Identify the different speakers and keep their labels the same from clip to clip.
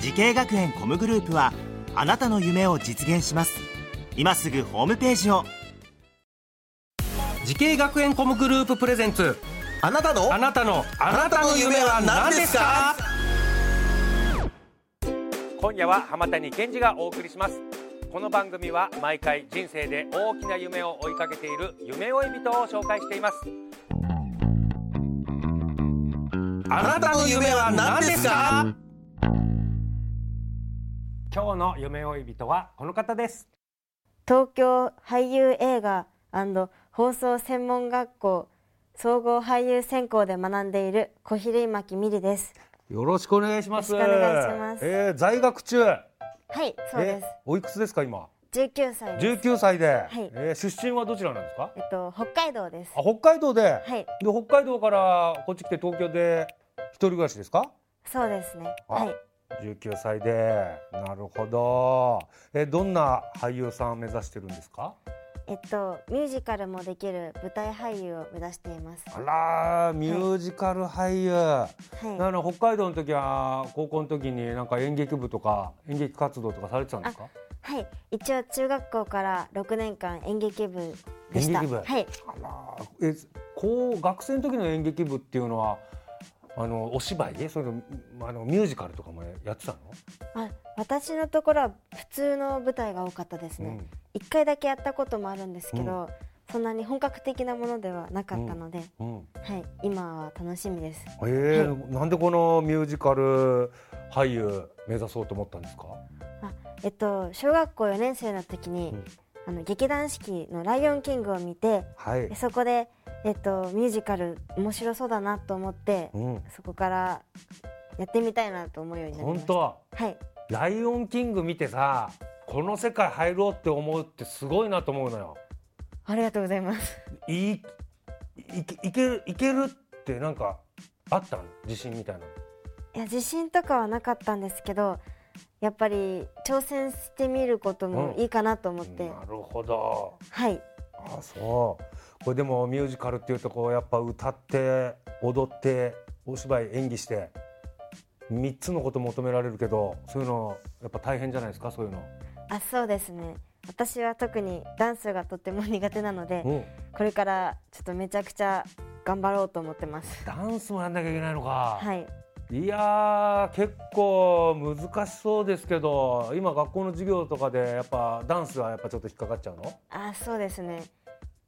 Speaker 1: 時系学園コムグループはあなたの夢を実現します今すぐホームページを
Speaker 2: 時系学園コムグループプレゼンツ
Speaker 3: あなたの
Speaker 2: あなたのあなたの夢は何ですか
Speaker 4: 今夜は浜谷健二がお送りしますこの番組は毎回人生で大きな夢を追いかけている夢追い人を紹介しています
Speaker 2: あなたの夢は何ですか
Speaker 4: 今日の夢追い人はこの方です
Speaker 5: 東京俳優映画放送専門学校総合俳優専攻で学んでいる小比類巻美里です
Speaker 2: よろしくお願いします
Speaker 5: よろしくお願いします
Speaker 2: えー、在学中
Speaker 5: はいそうで
Speaker 2: え
Speaker 5: す
Speaker 2: おいくつですか今
Speaker 5: 19歳です
Speaker 2: 19歳で、
Speaker 5: い
Speaker 2: えー出身はどちらなんですか
Speaker 5: えっと北海道です
Speaker 2: あ北海道で、
Speaker 5: はい
Speaker 2: で北海道からこっち来て東京で一人暮らしですか
Speaker 5: そうですね
Speaker 2: あ
Speaker 5: はい
Speaker 2: 19歳でなるほどえーどんな俳優さんを目指してるんですか
Speaker 5: えっとミュージカルもできる舞台俳優を目指しています
Speaker 2: あらーミュージカル俳優、
Speaker 5: は
Speaker 2: あの北海道の時は高校の時になんか演劇部とか演劇活動とかされてたんですか
Speaker 5: い、はい、一応中学校から6年間演劇部でした
Speaker 2: 演劇部
Speaker 5: はい
Speaker 2: あらえこう学生の時の演劇部っていうのはあのお芝居でそれともあのミュージカルとかもやってたの、
Speaker 5: あ私のところは普通の舞台が多かったですね、一回だけやったこともあるんですけど、そんなに本格的なものではなかったので、
Speaker 2: うんうん
Speaker 5: はい、今は楽しみです
Speaker 2: えーなんでこのミュージカル俳優目指そうと思ったんですか
Speaker 5: えっと小学校4年生の時に、
Speaker 2: うん
Speaker 5: あの劇団四季の「ライオンキング」を見て
Speaker 2: はい
Speaker 5: で、そこで、えっと、ミュージカル面白そうだなと思って、
Speaker 2: うん、
Speaker 5: そこからやってみたいなと思うようになりま
Speaker 2: 本
Speaker 5: した
Speaker 2: 当
Speaker 5: はい
Speaker 2: 「ライオンキング」見てさこの世界入ろうって思うってすごいなと思うのよ。
Speaker 5: ありがとうございます
Speaker 2: いいいけいけるいけるってなんかあったの自信みたいなの
Speaker 5: いや自信とかはなかったんですけどやっぱり挑戦してみることもいいかなと思って、
Speaker 2: なるほど
Speaker 5: はい
Speaker 2: あそうこれでもミュージカルっていうとこうやっぱ歌って踊ってお芝居演技して3つのこと求められるけどそういうのやっぱ大変じゃないですかそういうの、
Speaker 5: あそうですね私は特にダンスがとっても苦手なので、
Speaker 2: うん、
Speaker 5: これからちょっとめちゃくちゃ頑張ろうと思ってます。
Speaker 2: ダンスもやんなきゃいけないのか、
Speaker 5: はい、
Speaker 2: いやー結構難しそうですけど今学校の授業とかでやっぱダンスはやっぱちょっと引っかかっちゃうの
Speaker 5: あ、そうですね。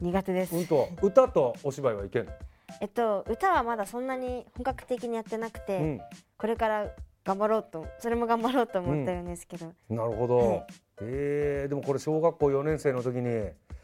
Speaker 5: 苦手です。
Speaker 2: うんと歌とお芝居はいけんの、
Speaker 5: えっと、歌はまだそんなに本格的にやってなくて、
Speaker 2: うん
Speaker 5: これから頑張ろうと、それも頑張ろうと思ってるんですけど。
Speaker 2: なるほど、
Speaker 5: はい
Speaker 2: えーでもこれ小学校4年生の時に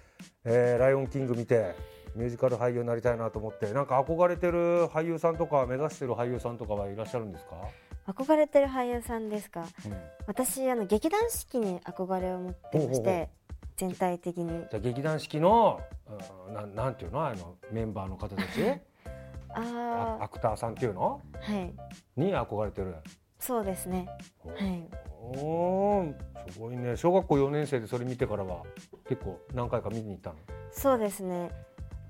Speaker 2: 「えーライオンキング」見てミュージカル俳優になりたいなと思ってなんか憧れてる俳優さんとか目指してる俳優さんとかはいらっしゃるんですか、
Speaker 5: 憧れてる俳優さんですか。私、あの劇団四季に憧れを持ってまして、
Speaker 2: ほうほうほう
Speaker 5: 全体的に。
Speaker 2: じゃあ劇団四季の、うん、なんなんていうのあのメンバーの方たちあ
Speaker 5: あ
Speaker 2: アクターさんっていうの
Speaker 5: あ、はい、
Speaker 2: に憧れてる。
Speaker 5: そうですね。はい。
Speaker 2: おーすごいね小学校4年生でそれ見てからは結構何回か見に行ったの
Speaker 5: そうですね。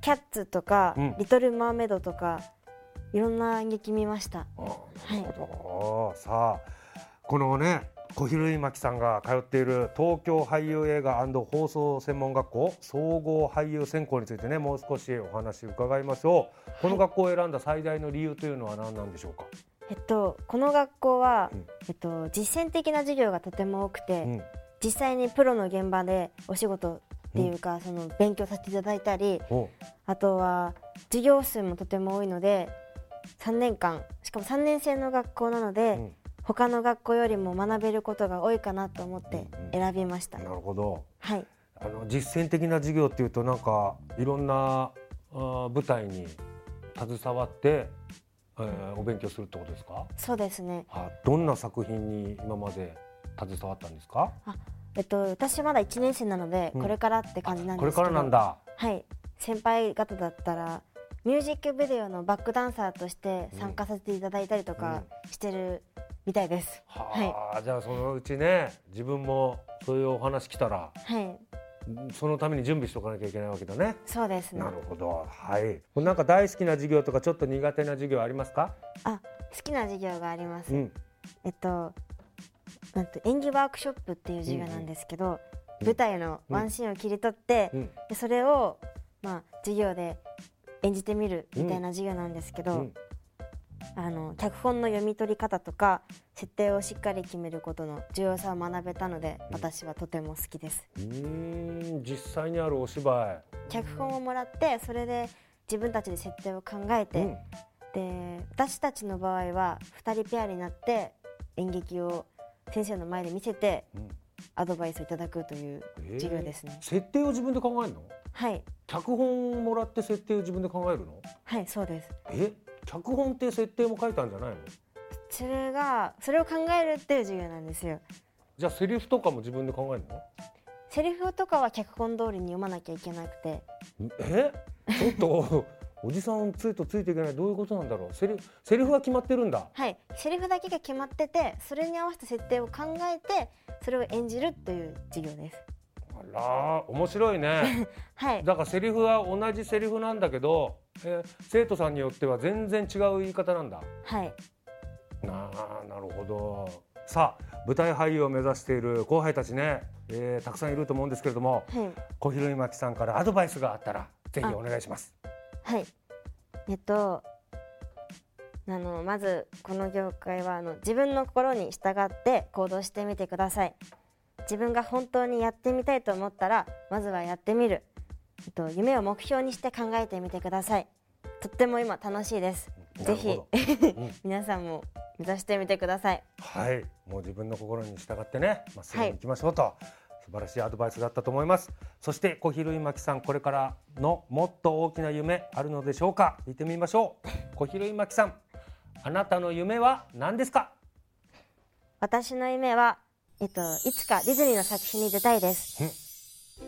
Speaker 5: キャッツとか、
Speaker 2: うん
Speaker 5: リトルマーメイドとか、いろんな演劇見ました。
Speaker 2: なるほど、さあこのね小比類巻さんが通っている東京俳優映画放送専門学校総合俳優専攻についてねもう少しお話伺いましょう、この学校を選んだ最大の理由というのは何なんでしょうか、
Speaker 5: えっと、この学校は、
Speaker 2: うん
Speaker 5: えっと、実践的な授業がとても多くて、
Speaker 2: うん
Speaker 5: 実際にプロの現場でお仕事っていうか、その勉強させていただいたり
Speaker 2: お
Speaker 5: あとは授業数もとても多いので3年間しかも3年生の学校なので、
Speaker 2: うん
Speaker 5: 他の学校よりも学べることが多いかなと思って
Speaker 2: うんうん
Speaker 5: 選びました、
Speaker 2: なるほど
Speaker 5: はい、
Speaker 2: あの実践的な授業っていうとなんかいろんなあー舞台に携わってあえーお勉強するってことですか
Speaker 5: そうですね。
Speaker 2: あどんな作品に今まで携わったんですか
Speaker 5: えっと私まだ1年生なので、
Speaker 2: うん
Speaker 5: これからって感じなんですけど。
Speaker 2: これからなん。だ
Speaker 5: はい。先輩方だったらミュージックビデオのバックダンサーとして参加させていただいたりとかしてるみたいです。
Speaker 2: はあ、じゃあそのうちね自分もそういうお話来たら
Speaker 5: はい。
Speaker 2: そのために準備しておかなきゃいけないわけだね
Speaker 5: そうですね
Speaker 2: な。るほどはいなんか大好きな授業とかちょっと苦手な授業ありますか
Speaker 5: あ、好きな授業があります。
Speaker 2: ん
Speaker 5: えっと。なんと演技ワークショップっていう授業なんですけど、
Speaker 2: うん
Speaker 5: 舞台のワンシーンを切り取って、
Speaker 2: うん
Speaker 5: でそれを、まあ、授業で演じてみるみたいな授業なんですけど、
Speaker 2: うん
Speaker 5: あの脚本の読み取り方とか設定をしっかり決めることの重要さを学べたので、私はとても好きです
Speaker 2: うーん実際にあるお芝
Speaker 5: 脚本をもらってそれで自分たちで設定を考え
Speaker 2: 居、
Speaker 5: て、で私たちの場合は2人ペアになって演劇を先生の前で見せて
Speaker 2: うん
Speaker 5: アドバイスをいただくという授業ですね、
Speaker 2: 設定を自分で考えるの
Speaker 5: はい
Speaker 2: 脚本をもらって設定を自分で考えるの
Speaker 5: はいそうです
Speaker 2: え脚本って設定も書いたんじゃないの
Speaker 5: それがそれを考えるっていう授業なんですよ
Speaker 2: じゃあセリフとかも自分で考えるの
Speaker 5: セリフとかは脚本通りに読まなきゃいけなくて
Speaker 2: えちょっとおじさんついとついていけないどういうことなんだろうセリセリフは決まってるんだ
Speaker 5: はいセリフだけが決まっててそれに合わせた設定を考えてそれを演じるという授業です
Speaker 2: あら面白い ね
Speaker 5: はい
Speaker 2: だからセリフは同じセリフなんだけど、えー生徒さんによっては全然違う言い方なんだ
Speaker 5: はい
Speaker 2: なあなるほどさあ舞台俳優を目指している後輩たちね、えーたくさんいると思うんですけれども
Speaker 5: はい
Speaker 2: 小広真紀さんからアドバイスがあったらぜひお願いします
Speaker 5: はい。えっと、あのまずこの業界はあの自分の心に従って行動してみてください。自分が本当にやってみたいと思ったらまずはやってみる。えっと夢を目標にして考えてみてください。とっても今楽しいです。ぜ
Speaker 2: な
Speaker 5: ひ
Speaker 2: るほどうん
Speaker 5: 皆さんも目指してみてください。
Speaker 2: はい、もう自分の心に従ってね、まっすぐに行きましょうと、素晴らしいアドバイスだったと思います。そして小比類巻さん、これからのもっと大きな夢あるのでしょうか。聞いてみましょう。小比類巻さん、あなたの夢は何ですか。
Speaker 5: 私の夢は、えっと、いつかディズニーの作品に出たいです。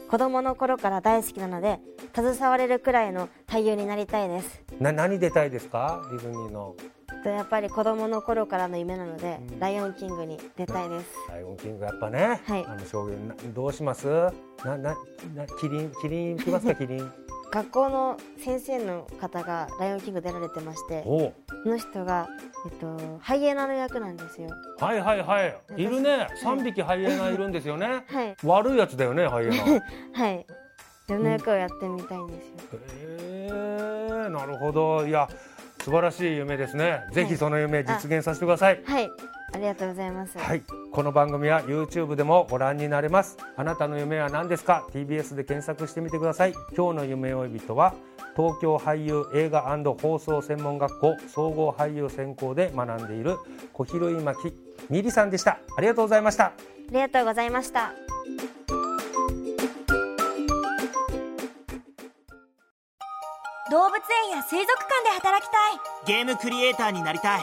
Speaker 5: 子供の頃から大好きなので、携われるくらいの俳優になりたいです。
Speaker 2: な、何出たいですか。ディズニーの
Speaker 5: とやっぱり子供の頃からの夢なので、ライオンキングに出たいです。
Speaker 2: ライオンキングやっぱね、
Speaker 5: はい
Speaker 2: あの証言、などうします。な、な、な、キリン、キリン行き ますか、キリン。
Speaker 5: 学校の先生の方がライオンキング出られてまして、
Speaker 2: おう
Speaker 5: その人がえっとハイエナの役なんですよ。。
Speaker 2: はいはいはい、いるね、三匹ハイエナいるんですよね
Speaker 5: はい
Speaker 2: 悪いやつだよね、ハイエナ。
Speaker 5: はい。その役をやってみたいんですよ。
Speaker 2: えー、なるほどいや素晴らしい夢ですねぜひその夢実現させてください
Speaker 5: はい。ありがとうございます。
Speaker 2: はい、この番組は YouTube でもご覧になれますあなたの夢は何ですか TBS で検索してみてください今日の夢追い人は東京俳優映画放送専門学校総合俳優専攻で学んでいる小比類巻みりさんでしたありがとうございました
Speaker 5: ありがとうございました。
Speaker 6: 動物園や水族館で働きたい
Speaker 1: ゲームクリエイターになりたい